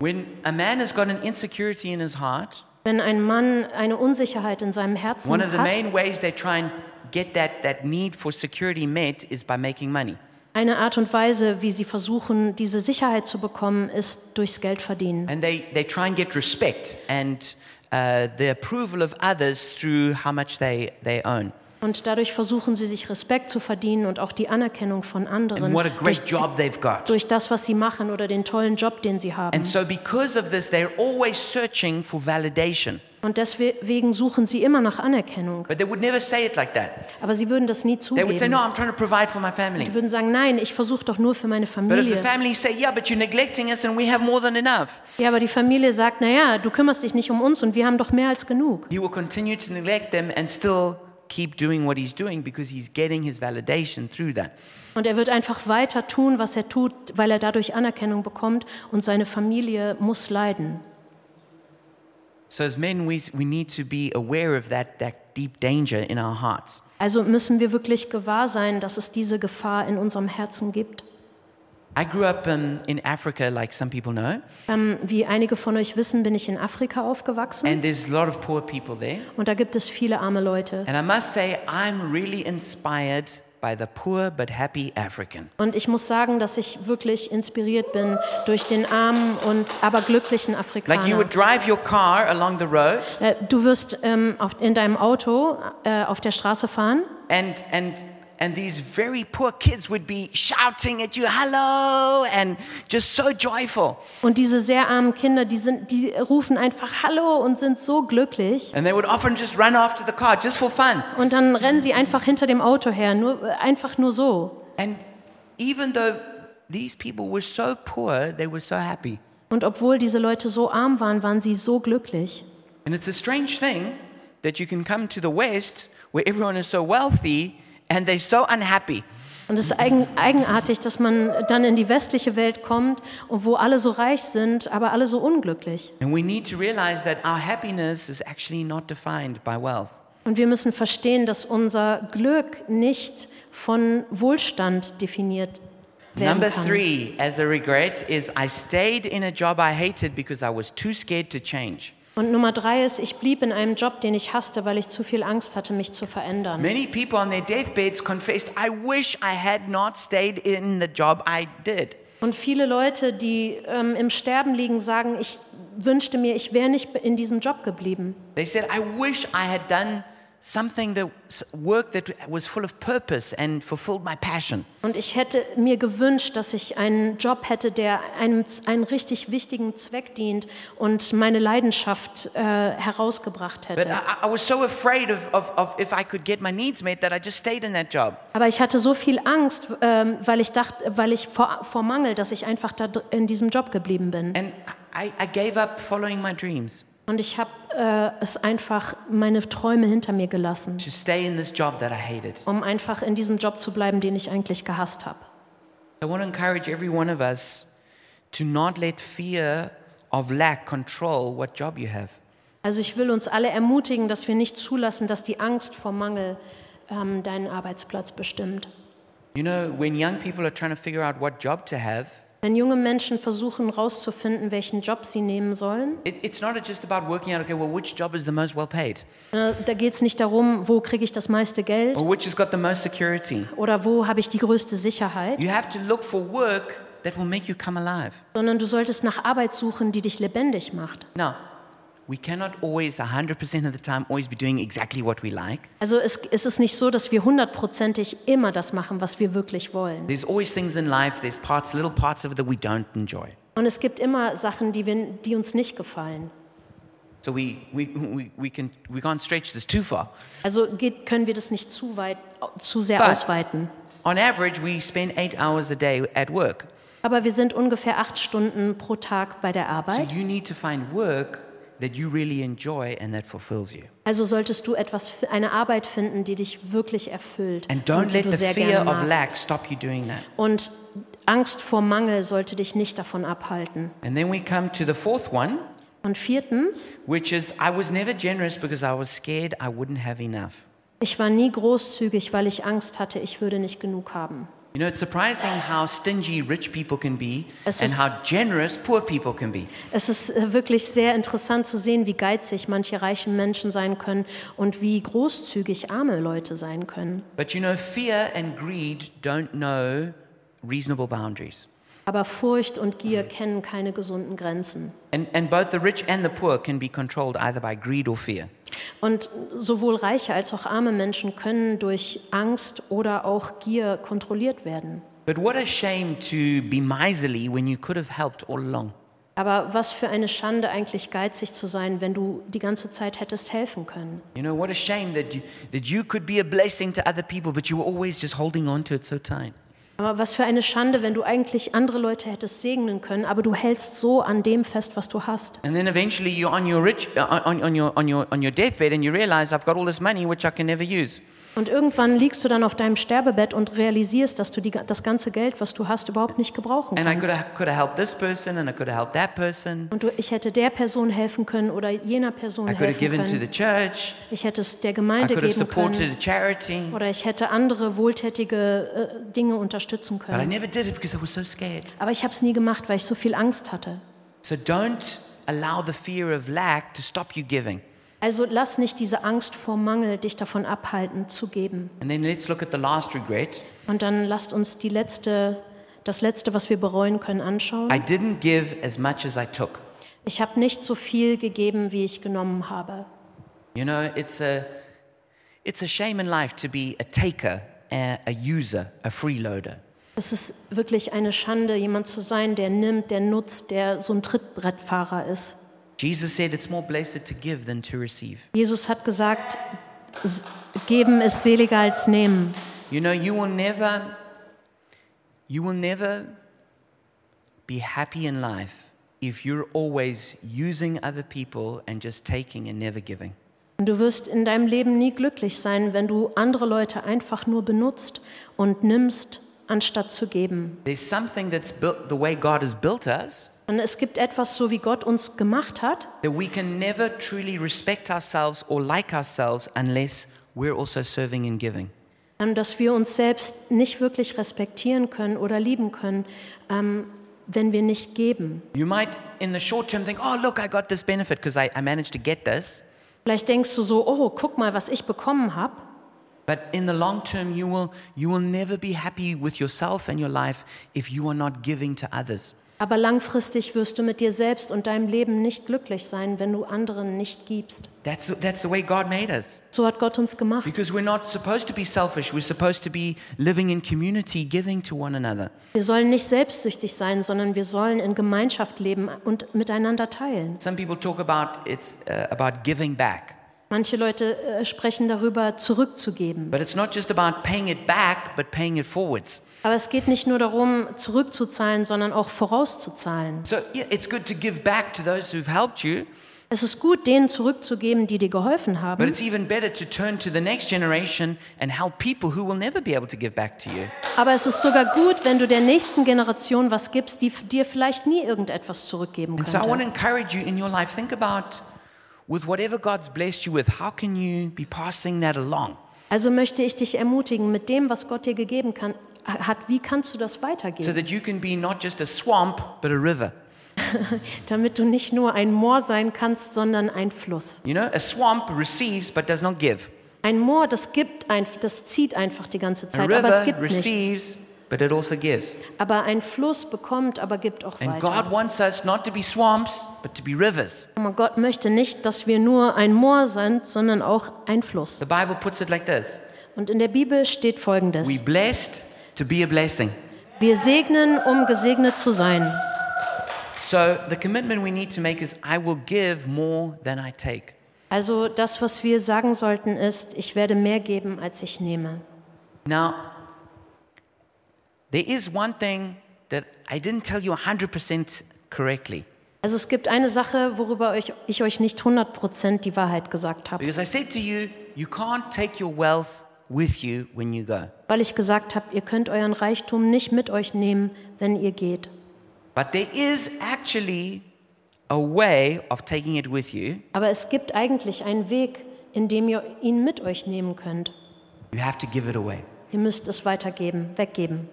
Speaker 1: When a man has got an insecurity in his heart,
Speaker 2: Wenn ein Mann eine Unsicherheit in seinem Herzen
Speaker 1: one of the
Speaker 2: hat,
Speaker 1: main ways they try and get that, that need for security met is by making money.
Speaker 2: eine Art und Weise, wie sie versuchen, diese Sicherheit zu bekommen, ist durchs Geld verdienen.
Speaker 1: And they, they try and get respect and uh, the approval of others through how much they, they own.
Speaker 2: Und dadurch versuchen sie, sich Respekt zu verdienen und auch die Anerkennung von anderen
Speaker 1: And what a
Speaker 2: durch,
Speaker 1: great job they've got.
Speaker 2: durch das, was sie machen oder den tollen Job, den sie haben.
Speaker 1: And so, because of this, they're always searching for validation.
Speaker 2: Und deswegen suchen sie immer nach Anerkennung.
Speaker 1: But they would never say it like that.
Speaker 2: Aber sie würden das nie
Speaker 1: They would say, No,
Speaker 2: zugeben.
Speaker 1: I'm trying to provide for my family.
Speaker 2: Sie würden sagen, nein, ich versuche doch nur für meine
Speaker 1: But if the
Speaker 2: Familie.
Speaker 1: family say, Yeah, but you're neglecting us and we have more than enough,
Speaker 2: Ja, aber die Familie sagt, naja, du kümmerst dich nicht um uns und wir haben doch mehr als genug.
Speaker 1: he will continue to neglect them and still keep doing what he's doing because he's getting his validation through that.
Speaker 2: Und er wird einfach weiter tun, was er tut, weil er dadurch Anerkennung bekommt und seine Familie muss leiden.
Speaker 1: So, as men, we, we need to be aware of that, that deep danger in our hearts.
Speaker 2: Also müssen wir wirklich gewahr sein, dass es diese Gefahr in unserem Herzen gibt.
Speaker 1: I grew up um, in Africa, like some people know,
Speaker 2: Ähm, wie einige von euch wissen, bin ich in Afrika aufgewachsen
Speaker 1: and there's a lot of poor people there.
Speaker 2: und da gibt es viele arme Leute.
Speaker 1: And I must say, I'm really inspired by the poor but happy African.
Speaker 2: Und ich muss sagen, dass ich wirklich inspiriert bin durch den armen und aber glücklichen
Speaker 1: Like you
Speaker 2: Afrikaner.
Speaker 1: would drive your car along the road,
Speaker 2: Äh, Du wirst ähm, auf, in deinem Auto äh, auf der Straße fahren
Speaker 1: and and and these very poor kids would be shouting at you, "Hello!" and just so joyful.
Speaker 2: und diese sehr armen Kinder, die, sind, die rufen einfach Hallo und sind so glücklich.
Speaker 1: And they would often just run after the car just for fun.
Speaker 2: Und dann rennen sie einfach hinter dem Auto her, nur, äh, einfach nur so.
Speaker 1: And even though these people were so poor, they were so happy.
Speaker 2: Und obwohl diese Leute so arm waren, waren sie so glücklich.
Speaker 1: And it's a strange thing that you can come to the West where everyone is so wealthy and they're so unhappy.
Speaker 2: Und es ist eigen, eigenartig, dass man dann in die westliche Welt kommt, und wo alle so reich sind, aber alle so unglücklich.
Speaker 1: And we need to realize that our happiness is actually not defined by wealth.
Speaker 2: Und wir müssen verstehen, dass unser Glück nicht von Wohlstand definiert werden
Speaker 1: Number
Speaker 2: kann.
Speaker 1: three, as a regret, is I stayed in a job I hated because I was too scared to change.
Speaker 2: Und Nummer drei ist, ich blieb in einem Job, den ich hasste, weil ich zu viel Angst hatte, mich zu verändern.
Speaker 1: Many people on their deathbeds confessed, I wish I had not stayed in the job I did.
Speaker 2: Und viele Leute, die ähm, im Sterben liegen, sagen, ich wünschte mir, ich wäre nicht in diesem Job geblieben.
Speaker 1: They said, I wish I had done something that s- work that was full of purpose and fulfilled my passion.
Speaker 2: Und ich hätte mir gewünscht, dass ich einen Job hätte, der einem einen richtig wichtigen Zweck dient und meine Leidenschaft äh, herausgebracht
Speaker 1: But
Speaker 2: hätte.
Speaker 1: I, I was so afraid of, of, of if I could get my needs met that I just stayed in that job.
Speaker 2: Aber ich hatte so viel Angst, ähm, weil ich dachte, weil ich vor, vor Mangel, dass ich einfach da dr- in diesem Job geblieben bin.
Speaker 1: And I, I gave up following my dreams
Speaker 2: Und ich habe äh, es einfach meine Träume hinter mir gelassen,
Speaker 1: to stay in this job that I hated.
Speaker 2: um einfach in diesem Job zu bleiben, den ich eigentlich gehasst habe.
Speaker 1: I want to encourage every one of us to not let fear of lack control what job you have.
Speaker 2: Also ich will uns alle ermutigen, dass wir nicht zulassen, dass die Angst vor Mangel ähm, deinen Arbeitsplatz bestimmt.
Speaker 1: You know, when young people are trying to figure out what job to have,
Speaker 2: Wenn junge Menschen versuchen herauszufinden, welchen Job sie nehmen sollen,
Speaker 1: it, it's not just about working out, okay, well, which job is the most well paid?
Speaker 2: äh, da geht es nicht darum, wo kriege ich das meiste Geld
Speaker 1: Or which has got the most security?
Speaker 2: oder wo habe ich die größte Sicherheit,
Speaker 1: You have to look for work that will make you come alive.
Speaker 2: sondern du solltest nach Arbeit suchen, die dich lebendig macht.
Speaker 1: Now, we cannot always, 100% of the time, always be doing exactly what we like.
Speaker 2: Also es, es ist nicht so, dass wir hundertprozentig immer das machen, was wir wirklich wollen.
Speaker 1: There's always things in life, there's parts, little parts of it that we don't enjoy.
Speaker 2: Und es gibt immer Sachen, die, wir, die uns nicht gefallen.
Speaker 1: So we, we, we, we, can, we can't stretch this too far.
Speaker 2: Also geht, können wir das nicht zu weit, zu sehr
Speaker 1: But-
Speaker 2: ausweiten.
Speaker 1: On average, we spend eight hours a day at work.
Speaker 2: Aber wir sind ungefähr acht Stunden pro Tag bei der
Speaker 1: So
Speaker 2: Arbeit.
Speaker 1: you need to find work that you really enjoy and that fulfills you.
Speaker 2: Also solltest du etwas, eine Arbeit finden, die dich wirklich erfüllt
Speaker 1: And don't
Speaker 2: und die
Speaker 1: let
Speaker 2: du
Speaker 1: the
Speaker 2: sehr
Speaker 1: fear
Speaker 2: gerne
Speaker 1: of
Speaker 2: magst.
Speaker 1: lack stop you doing that.
Speaker 2: Und Angst vor Mangel sollte dich nicht davon abhalten.
Speaker 1: And then we come to the fourth one,
Speaker 2: Und viertens,
Speaker 1: which is I was never generous because I was scared I wouldn't have enough.
Speaker 2: ich war nie großzügig, weil ich Angst hatte, ich würde nicht genug haben.
Speaker 1: You know, it's surprising how stingy rich people can be
Speaker 2: Es
Speaker 1: and
Speaker 2: ist-
Speaker 1: how generous poor people can be.
Speaker 2: Es ist äh, wirklich sehr interessant zu sehen, wie geizig manche reichen Menschen sein können und wie großzügig arme Leute sein können.
Speaker 1: But you know, fear and greed don't know reasonable boundaries.
Speaker 2: Aber Furcht und Gier kennen keine gesunden Grenzen.
Speaker 1: And, and both the rich and the poor can be controlled either by greed or fear.
Speaker 2: Und sowohl reiche als auch arme Menschen können durch Angst oder auch Gier kontrolliert werden.
Speaker 1: But what a shame to be miserly when you could have helped all along.
Speaker 2: Aber was für eine Schande eigentlich geizig zu sein, wenn du die ganze Zeit hättest helfen können.
Speaker 1: You know, what a shame that you, that you could be a blessing to other people, but you were always just holding on to it so tight.
Speaker 2: Aber was für eine Schande, wenn du eigentlich andere Leute hättest segnen können, aber du hältst so an dem fest, was du hast.
Speaker 1: And then eventually you're on your, rich, uh, on, on, your, on, your, on your deathbed and you realize I've got all this money which I can never use.
Speaker 2: Und irgendwann liegst du dann auf deinem Sterbebett und realisierst, dass du die, das ganze Geld, was du hast, überhaupt nicht gebrauchen
Speaker 1: And I could
Speaker 2: kannst.
Speaker 1: have, could have helped this person and I could have helped that person.
Speaker 2: Und du, ich hätte der Person helfen können oder jener Person
Speaker 1: I could have
Speaker 2: helfen
Speaker 1: given to
Speaker 2: können.
Speaker 1: the church.
Speaker 2: Ich hätte es der
Speaker 1: I
Speaker 2: Gemeinde
Speaker 1: could have
Speaker 2: geben
Speaker 1: supported
Speaker 2: können.
Speaker 1: a charity.
Speaker 2: Oder ich hätte andere wohltätige äh, Dinge unterstützen
Speaker 1: But I
Speaker 2: können.
Speaker 1: never did it because I was so scared.
Speaker 2: Aber ich habe es nie gemacht, weil ich so viel Angst hatte.
Speaker 1: So don't allow the fear of lack to stop you giving.
Speaker 2: Also lass nicht diese Angst vor Mangel dich davon abhalten, zu geben.
Speaker 1: And then let's look at the last regret.
Speaker 2: Und dann lasst uns die letzte, das letzte, was wir bereuen können, anschauen.
Speaker 1: I didn't give as much as I took.
Speaker 2: Ich habe nicht so viel gegeben, wie ich genommen habe.
Speaker 1: You know, it's a, it's a shame in life to be a taker, a, a user, a freeloader.
Speaker 2: Es ist wirklich eine Schande, jemand zu sein, der nimmt, der nutzt, der so ein Trittbrettfahrer ist.
Speaker 1: Jesus said it's more blessed to give than to receive.
Speaker 2: Jesus hat gesagt, s- geben ist seliger als nehmen.
Speaker 1: You know, you will never, you will never be happy in life if you're always using other people and just taking and never giving.
Speaker 2: Und du wirst in deinem Leben nie glücklich sein, wenn du andere Leute einfach nur benutzt und nimmst anstatt zu geben.
Speaker 1: There's something that's built the way God has built us
Speaker 2: Und es gibt etwas, so wie Gott uns gemacht hat,
Speaker 1: that we can never truly respect ourselves or like ourselves unless we're also serving and giving.
Speaker 2: ähm, dass wir uns selbst nicht wirklich respektieren können oder lieben können, ähm, wenn wir nicht geben.
Speaker 1: You might, in the short term, think, oh, look, I got this benefit because I, I managed to get this.
Speaker 2: Vielleicht denkst du so, oh, guck mal, was ich bekommen habe.
Speaker 1: But in the long term, you will, you will never be happy with yourself and your life if you are not giving to others.
Speaker 2: Aber langfristig wirst du mit dir selbst und deinem Leben nicht glücklich sein, wenn du anderen nicht gibst.
Speaker 1: That's, that's the way God made us.
Speaker 2: So hat Gott uns gemacht.
Speaker 1: Because we're not supposed to be selfish. We're supposed to be living in community, giving to one another.
Speaker 2: Wir sollen nicht selbstsüchtig sein, sondern wir sollen in Gemeinschaft leben und miteinander teilen.
Speaker 1: Some people talk about it's uh, about giving back,
Speaker 2: Manche Leute äh, sprechen darüber, zurückzugeben.
Speaker 1: but it's not just about paying it back, but paying it forwards.
Speaker 2: Aber es geht nicht nur darum, zurückzuzahlen, sondern auch vorauszuzahlen.
Speaker 1: So yeah, it's good to give back to those who've helped you,
Speaker 2: Es ist gut, denen zurückzugeben, die dir geholfen
Speaker 1: but
Speaker 2: haben.
Speaker 1: it's even better to turn to the next generation and help people who will never be able to give back to you.
Speaker 2: Aber es ist sogar gut, wenn du der nächsten Generation was gibst, die f- dir vielleicht nie irgendetwas zurückgeben
Speaker 1: And so I want to
Speaker 2: könnte.
Speaker 1: encourage you in your life. Think about with whatever God's blessed you with, how can you be passing that along?
Speaker 2: Also möchte ich dich ermutigen, mit dem, was Gott dir gegeben kann, hat, wie kannst du das
Speaker 1: So
Speaker 2: weitergeben?
Speaker 1: that you can be not just a swamp, but a river.
Speaker 2: Damit du nicht nur ein Moor sein kannst, sondern ein Fluss.
Speaker 1: You know, a swamp receives but does not give.
Speaker 2: Ein Moor, das gibt einfach, das zieht einfach die ganze
Speaker 1: A
Speaker 2: Zeit, aber es
Speaker 1: river
Speaker 2: gibt nichts.
Speaker 1: receives, but it also gives.
Speaker 2: Aber ein Fluss bekommt, aber gibt auch
Speaker 1: And
Speaker 2: weiter.
Speaker 1: God wants us not to be swamps, but to be rivers.
Speaker 2: Und Gott möchte nicht, dass wir nur ein Moor sind, sondern auch ein Fluss.
Speaker 1: The Bible puts it like this
Speaker 2: Und in der Bibel steht Folgendes.
Speaker 1: We blessed to be a blessing.
Speaker 2: Wir segnen, um gesegnet zu sein.
Speaker 1: So the commitment we need to make is I will give more than I take.
Speaker 2: Also das, was wir sagen sollten, ist, ich werde mehr geben, als ich nehme.
Speaker 1: Now, there is one thing that I didn't tell you 100% correctly.
Speaker 2: Also es gibt eine Sache, worüber euch, ich euch nicht 100% die Wahrheit gesagt habe,
Speaker 1: Because I said to you, you can't take your wealth with you when you go.
Speaker 2: weil ich gesagt habe, ihr könnt euren Reichtum nicht mit euch nehmen, wenn ihr geht.
Speaker 1: But there is actually a way of taking it with you.
Speaker 2: Aber es gibt eigentlich einen Weg, in dem ihr ihn mit euch nehmen könnt.
Speaker 1: You have to give it away.
Speaker 2: Ihr müsst es weitergeben, weggeben.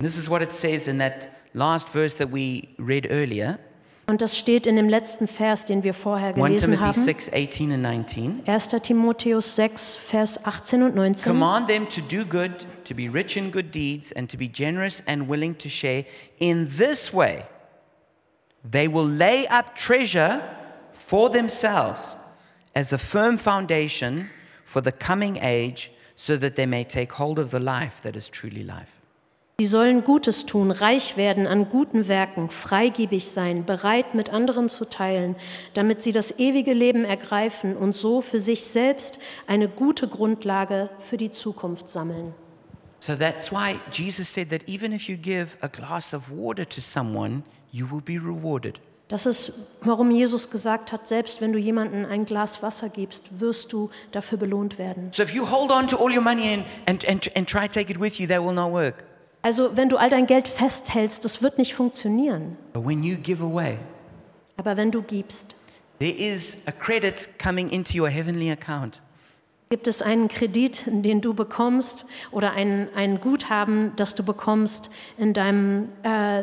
Speaker 1: This is what it says in that last verse that we read earlier
Speaker 2: Und das steht in dem letzten Vers, den wir vorher
Speaker 1: 1
Speaker 2: gelesen
Speaker 1: Timothy
Speaker 2: haben.
Speaker 1: 6 18 and 19.
Speaker 2: 1. Timotheus 6, Vers 18 und 19.
Speaker 1: Command them to do good, to be rich in good deeds, and to be generous and willing to share. In this way, they will lay up treasure for themselves as a firm foundation for the coming age, so that they may take hold of the life that is truly life.
Speaker 2: Sie sollen Gutes tun, reich werden an guten Werken, freigebig sein, bereit mit anderen zu teilen, damit sie das ewige Leben ergreifen und so für sich selbst eine gute Grundlage für die Zukunft sammeln.
Speaker 1: So that's why Jesus said that even if you give a glass of water to someone, you will be rewarded.
Speaker 2: Das ist, warum Jesus gesagt hat, selbst wenn du jemandem ein Glas Wasser gibst, wirst du dafür belohnt werden.
Speaker 1: So if you hold on to all your money and, and, and, and try to take it with you, that will not work.
Speaker 2: Also wenn du all dein Geld festhältst, das wird nicht funktionieren.
Speaker 1: But when you give away,
Speaker 2: Aber wenn du gibst,
Speaker 1: There is a credit coming into your heavenly account.
Speaker 2: Gibt es einen Kredit, den du bekommst oder ein, ein Guthaben, das du bekommst in deinem, äh,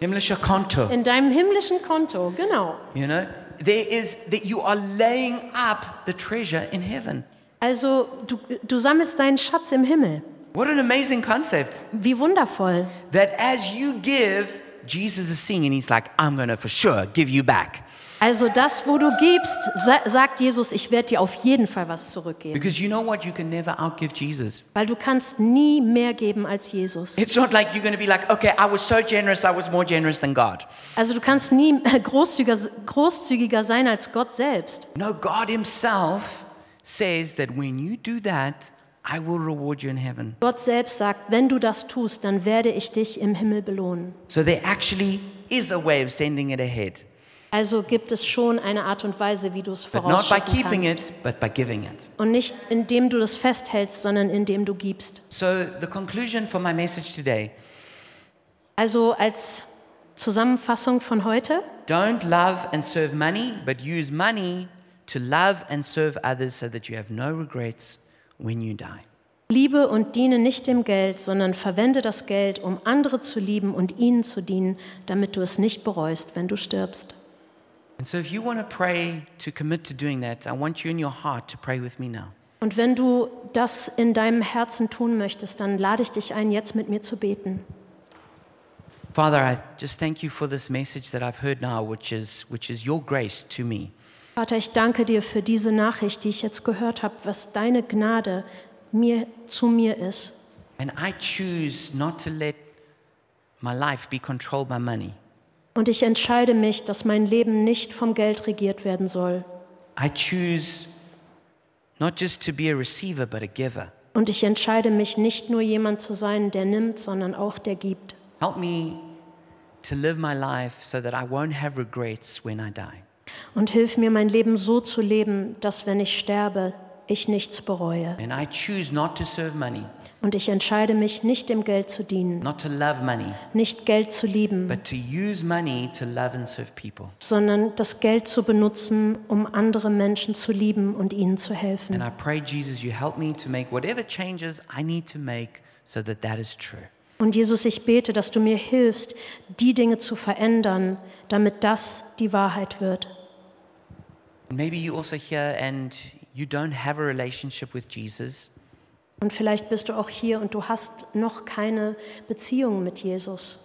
Speaker 1: Himmlischer Konto.
Speaker 2: in deinem himmlischen Konto? Genau.
Speaker 1: You know, there is that you are laying up the treasure in heaven.
Speaker 2: Also du, du sammelst deinen Schatz im Himmel.
Speaker 1: What an amazing concept.
Speaker 2: Wie wundervoll.
Speaker 1: That as you give, Jesus is seeing and he's like, I'm going to for sure give you back.
Speaker 2: Also das, wo du gibst, sa sagt Jesus, ich werde dir auf jeden Fall was zurückgeben.
Speaker 1: Because you know what? You can never outgive Jesus.
Speaker 2: Weil du kannst nie mehr geben als Jesus.
Speaker 1: It's not like you're going to be like, okay, I was so generous, I was more generous than God.
Speaker 2: Also du kannst nie großzügiger, großzügiger sein als Gott selbst.
Speaker 1: No, God himself says that when you do that, I will reward you in heaven.
Speaker 2: Gott selbst sagt, wenn du das tust, dann werde ich dich im Himmel belohnen.
Speaker 1: So there actually is a way of sending it ahead.
Speaker 2: Also gibt es schon eine Art und Weise, wie du es
Speaker 1: but not by
Speaker 2: vorausschicken
Speaker 1: keeping
Speaker 2: kannst.
Speaker 1: it, but by giving it.
Speaker 2: Und nicht indem du das festhältst, sondern indem du gibst.
Speaker 1: So, the conclusion for my message today
Speaker 2: Also als Zusammenfassung von heute,
Speaker 1: don't love and serve money, but use money to love and serve others so that you have no regrets when you die.
Speaker 2: liebe und diene nicht dem Geld, sondern verwende das Geld, um andere zu lieben und ihnen zu dienen, damit du es nicht bereust, wenn du stirbst.
Speaker 1: And so, if you want to pray to commit to doing that, I want you in your heart to pray with me now.
Speaker 2: Und wenn du das in deinem Herzen tun möchtest, dann lade ich dich ein, jetzt mit mir zu beten.
Speaker 1: Father, I just thank you for this message that I've heard now, which is, which is your grace to me.
Speaker 2: Vater, ich danke dir für diese Nachricht, die ich jetzt gehört habe, was deine Gnade mir zu mir ist.
Speaker 1: And I choose not to let my life be controlled by money.
Speaker 2: Und ich entscheide mich, dass mein Leben nicht vom Geld regiert werden soll.
Speaker 1: I choose not just to be a receiver, but a giver.
Speaker 2: Und ich entscheide mich, nicht nur jemand zu sein, der nimmt, sondern auch der gibt.
Speaker 1: Help me to live my life so that I won't have regrets when I die.
Speaker 2: Und hilf mir, mein Leben so zu leben, dass wenn ich sterbe, ich nichts bereue.
Speaker 1: And I choose not to serve money,
Speaker 2: Und ich entscheide mich, nicht dem Geld zu dienen,
Speaker 1: not to love money,
Speaker 2: nicht Geld zu lieben,
Speaker 1: but to use money to love and serve people.
Speaker 2: sondern das Geld zu benutzen, um andere Menschen zu lieben und ihnen zu
Speaker 1: And
Speaker 2: helfen.
Speaker 1: I pray, Jesus, you help me to make whatever changes I need to make so that that is true.
Speaker 2: Und Jesus, ich bete, dass du mir hilfst, die Dinge zu verändern, damit das die Wahrheit wird.
Speaker 1: And maybe you also here and you don't have a relationship with Jesus.
Speaker 2: Und vielleicht bist du auch hier und du hast noch keine Beziehung mit Jesus.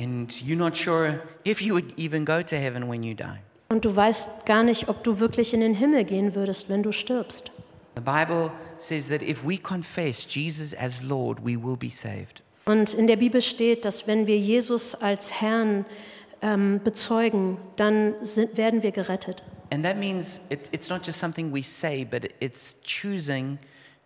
Speaker 1: And you're not sure if you would even go to heaven when you die.
Speaker 2: Und du weißt gar nicht, ob du wirklich in den Himmel gehen würdest, wenn du stirbst.
Speaker 1: The Bible says that if we confess Jesus as Lord, we will be saved.
Speaker 2: Und in der Bibel steht, dass wenn wir Jesus als Herrn ähm, bezeugen, dann sind, werden wir gerettet.
Speaker 1: And that means it, it's not just something we say, but it's choosing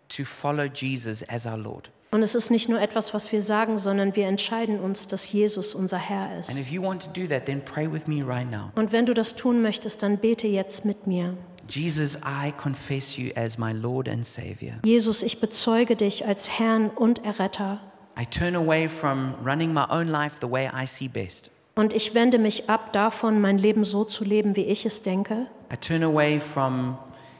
Speaker 1: to follow Jesus as our Lord.
Speaker 2: Und es ist nicht nur etwas, was wir sagen, sondern wir entscheiden uns, dass Jesus unser Herr
Speaker 1: And
Speaker 2: ist.
Speaker 1: if you want to do that, then pray with me right now.
Speaker 2: Und wenn du das tun möchtest, dann bete jetzt mit mir.
Speaker 1: Jesus, I confess you as my Lord and Savior.
Speaker 2: Jesus, ich bezeuge dich als Herrn und Erretter.
Speaker 1: I turn away from running my own life the way I see best.
Speaker 2: Und ich wende mich ab davon, mein Leben so zu leben, wie ich es denke.
Speaker 1: I turn away from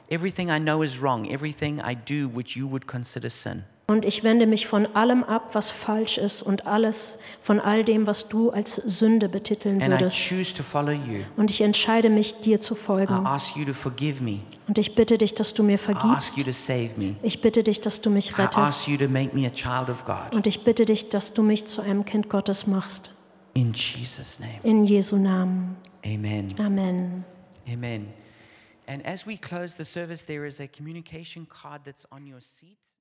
Speaker 1: everything I know is wrong, everything I do which you would consider sin.
Speaker 2: Und ich wende mich von allem ab, was falsch ist und alles von all dem, was du als Sünde betiteln
Speaker 1: And I
Speaker 2: würdest.
Speaker 1: choose to follow you.
Speaker 2: Und ich entscheide mich, dir zu
Speaker 1: I
Speaker 2: folgen.
Speaker 1: ask you to forgive me.
Speaker 2: Und ich bitte dich, dass du mir
Speaker 1: I ask
Speaker 2: vergibst.
Speaker 1: you to save me.
Speaker 2: Ich bitte dich, dass du mich
Speaker 1: I ask
Speaker 2: rettest.
Speaker 1: you to make me a child of God.
Speaker 2: Und ich bitte dich, dass du mich zu einem Kind Gottes machst.
Speaker 1: In Jesus' name.
Speaker 2: In Jesu Namen.
Speaker 1: Amen.
Speaker 2: Amen.
Speaker 1: Amen. And as we close the service, there is a communication card that's on your seat.